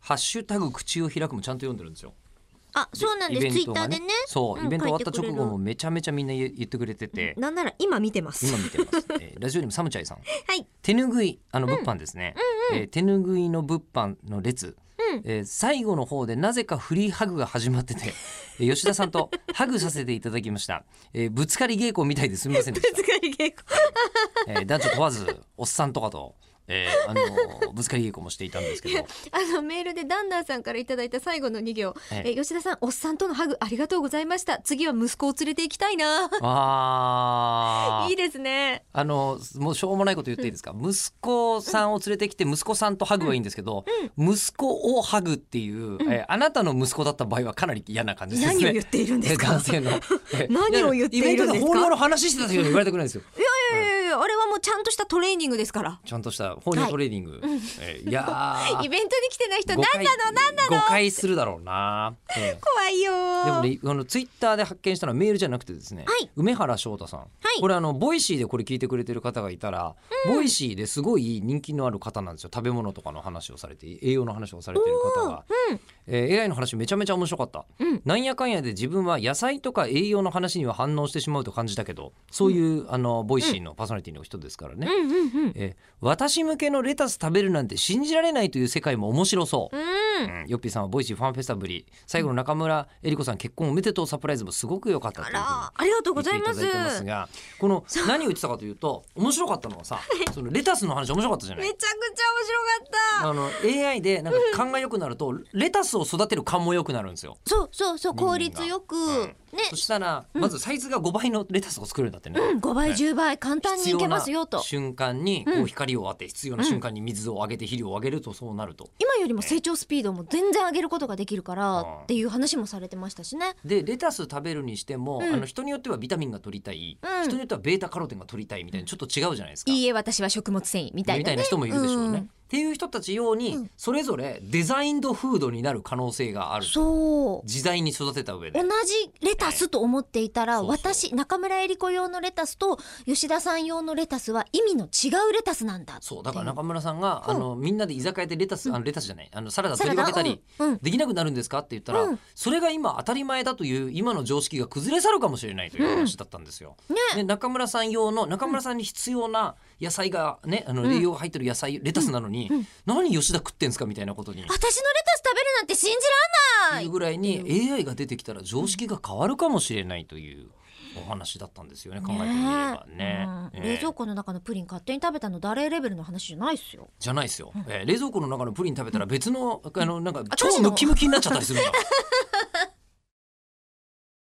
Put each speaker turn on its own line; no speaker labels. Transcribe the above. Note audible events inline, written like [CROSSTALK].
ハッシュタグ口を開くもちゃんと読んでるんですよ。
あそうなんで
イ
す
ベ
ツイ
ント
ッタ
が
ーでね
そう、
うん
イベント終わった
書い
直
てくれる
後もめちゃめちゃみんな言言ってくれてて、
なんなら今見てます
今見てます、えーラジオネームサムチャイさん
はい
手ぬぐいあの物販ですね、えー手ぬぐいの物販の列、えー最後の方でなぜかフリーハグが始まっててえー吉田さんと [LAUGHS] ハグさせていただきました、えーぶつかり稽古みたいですみませんでし
ぶつかり稽古 [LAUGHS]
た、えー男女問わずおっさんとかと、えーあのーぶつかり稽古もしていたんですけ
[LAUGHS]
ど
あのメールでダンダンさんからいただいた最後の2行、
ええ
え吉田さんおっさんとのハグありがとうございました次は息子を連れて行きたいな
あー
いいですね
あのもうしょうもないこと言っていいですか、息子さんを連れてきて息子さんとハグはいいんですけど、息子をハグっていう、えーあなたの息子だった場合はかなり嫌な感じ [LAUGHS] ですね。
何を言っているんですか
男性
[LAUGHS]
のえ
何を言っているんで
イベ
すか
ントで本領の話してたというふうに言われたくないんですよ。
いやいやいやあれはもうちゃんとしたトレーニングですから
ちゃんとした本領トレーニング、いえーいやー
[LAUGHS] イベントに来てない人
誤
何
解
なの何なの
誤解するだろうな。えー
怖いよー
でもね、あのツイッターで発見したのはメールじゃなくてですね、
はい
梅原翔太さん、
い
これあのボイシーでこれ聞いてくれてる方がいたら、ボイシーですごい人気のある方なんですよ食べ物とかの話をされて栄養の話をされてる方が、えー AI の話めちゃめちゃ面白かった、
うん
なんやかんやで自分は野菜とか栄養の話には反応してしまうと感じたけどそういう、あのボイシーのパーソナリティの人ですからね、
うんうんうん
えー私向けのレタス食べるなんて信じられないという世界も面白そう、
うん
うんヨッピーさんはボイシーファンフェスタぶり最後の中村えり子さん結婚おめでとうサプライズもすごく良かったと
あ
いうふうに
らありがとうご
言って
ざい
いた
ま
だ
す
いてますがこの何を言ってたかというと面白かったのはさそのレタスの話面白かったじゃな
めち
い
ゃくちゃ面白かった
あの AI でなんか勘が良くなるとレタスを育てる勘も良くなるんですよ。
そうそうそう効率よく、
うん
ね
そしたらまずサイズが5倍のレタスを作るんだってね。
うん5倍
ね
10倍簡単にいけますよと
必要な瞬間にこう光を当て必要な瞬間に水をあげて肥料をあげるとそうなると。
今よりも成長スピードも全然上げることができるから
うん
っていう話もされてましたしね。
でレタス食べるにしても、
うん
あの人によってはビタミンが取りたい、
うん
人によってはベータカロテンが取りたいみたいなちょっと違うじゃないですか。
いいえ私は食物繊維みたいな、ね、
みたいな人もいるでしょうね。っていう人たち用
う
に
ん
それぞれデザインドフードになる可能性があ
うん
る、
そう
自在に育てた上で
同。じレタスと思っていた
は
ら、
いそうそう
私中村えり子用のレタスと吉田さん用のレタスは意味の違うレタスなんだ
そうだから中村さんが、あのみんなで居酒屋でレタス、あのレタスじゃないあのサラダ取り分けたり、
サラダうんうん
できなくなるんですかって言ったら、
うん
それが今当たり前だという今の常識が崩れ去るかもしれないという話だったんですよ。で中村さん用の中村さんに必要な野菜がねあの栄養が入ってる野菜、レタスなのに、何吉田食ってんすかみたいなことに。
私のレタス食べるなんて信じらんな
いう
い
ぐらいに AI が出てきたら常識が変わるかもしれないというお話だったんですよね考えてみればね。
う
え
ん
え
冷蔵庫の中のプリン勝手に食べたの誰レベルの話じゃないっすよ
じゃないですよ、ええ冷蔵庫の中のプリン食べたら別のあのなんか
あ
超ムキムキになっちゃったりするから